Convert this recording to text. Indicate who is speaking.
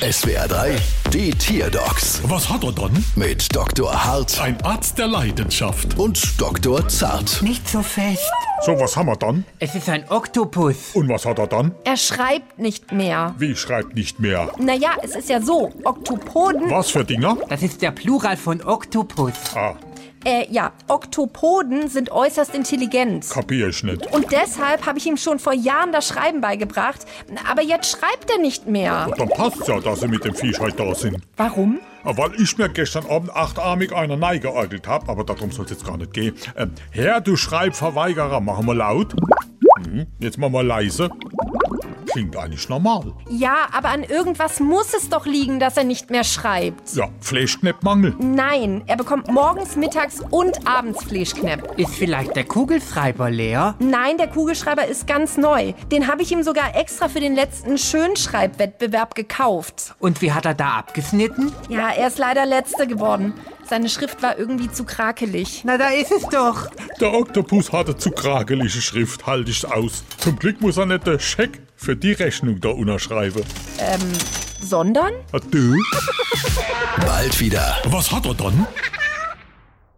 Speaker 1: SWR 3, die Tierdocs
Speaker 2: Was hat er dann?
Speaker 1: mit Dr. Hart
Speaker 2: Ein Arzt der Leidenschaft.
Speaker 1: und Dr. Zart.
Speaker 3: Nicht so fest.
Speaker 2: So, was haben wir dann?
Speaker 3: Es ist ein Oktopus.
Speaker 2: Und was hat er dann?
Speaker 4: Er schreibt nicht mehr.
Speaker 2: Wie schreibt nicht mehr?
Speaker 4: Naja, es ist ja so. Oktopoden.
Speaker 2: Was für Dinger?
Speaker 3: Das ist der Plural von Oktopus.
Speaker 2: Ah,
Speaker 4: Äh, ja, Oktopoden sind äußerst intelligent.
Speaker 2: kapier ich nicht.
Speaker 4: Und deshalb habe ich ihm schon vor Jahren das Schreiben beigebracht. Aber jetzt schreibt er nicht mehr.
Speaker 2: Dann passt's ja, dass sie mit dem Viech halt da sind.
Speaker 4: Warum?
Speaker 2: Ah, Weil ich mir gestern Abend achtarmig einer neigeäugelt hab, aber darum soll's jetzt gar nicht gehen. Ähm, Herr, du Schreibverweigerer, machen wir laut. Hm, jetzt machen wir leise. Klingt eigentlich normal.
Speaker 4: Ja, aber an irgendwas muss es doch liegen, dass er nicht mehr schreibt.
Speaker 2: Ja, Fleischkneppmangel.
Speaker 4: Nein, er bekommt morgens, mittags und abends Fleischknepp.
Speaker 3: Ist vielleicht der Kugelschreiber leer?
Speaker 4: Nein, der Kugelschreiber ist ganz neu. Den habe ich ihm sogar extra für den letzten Schönschreibwettbewerb gekauft.
Speaker 3: Und wie hat er da abgeschnitten?
Speaker 4: Ja, er ist leider letzter geworden. Seine Schrift war irgendwie zu krakelig.
Speaker 3: Na, da ist es doch.
Speaker 2: Der Oktopus hatte zu krakelige Schrift, halte ich's aus. Zum Glück muss er nicht den Scheck für die Rechnung da unterschreiben.
Speaker 4: Sondern?
Speaker 2: Ah, Du?
Speaker 1: Bald wieder.
Speaker 2: Was hat er dann?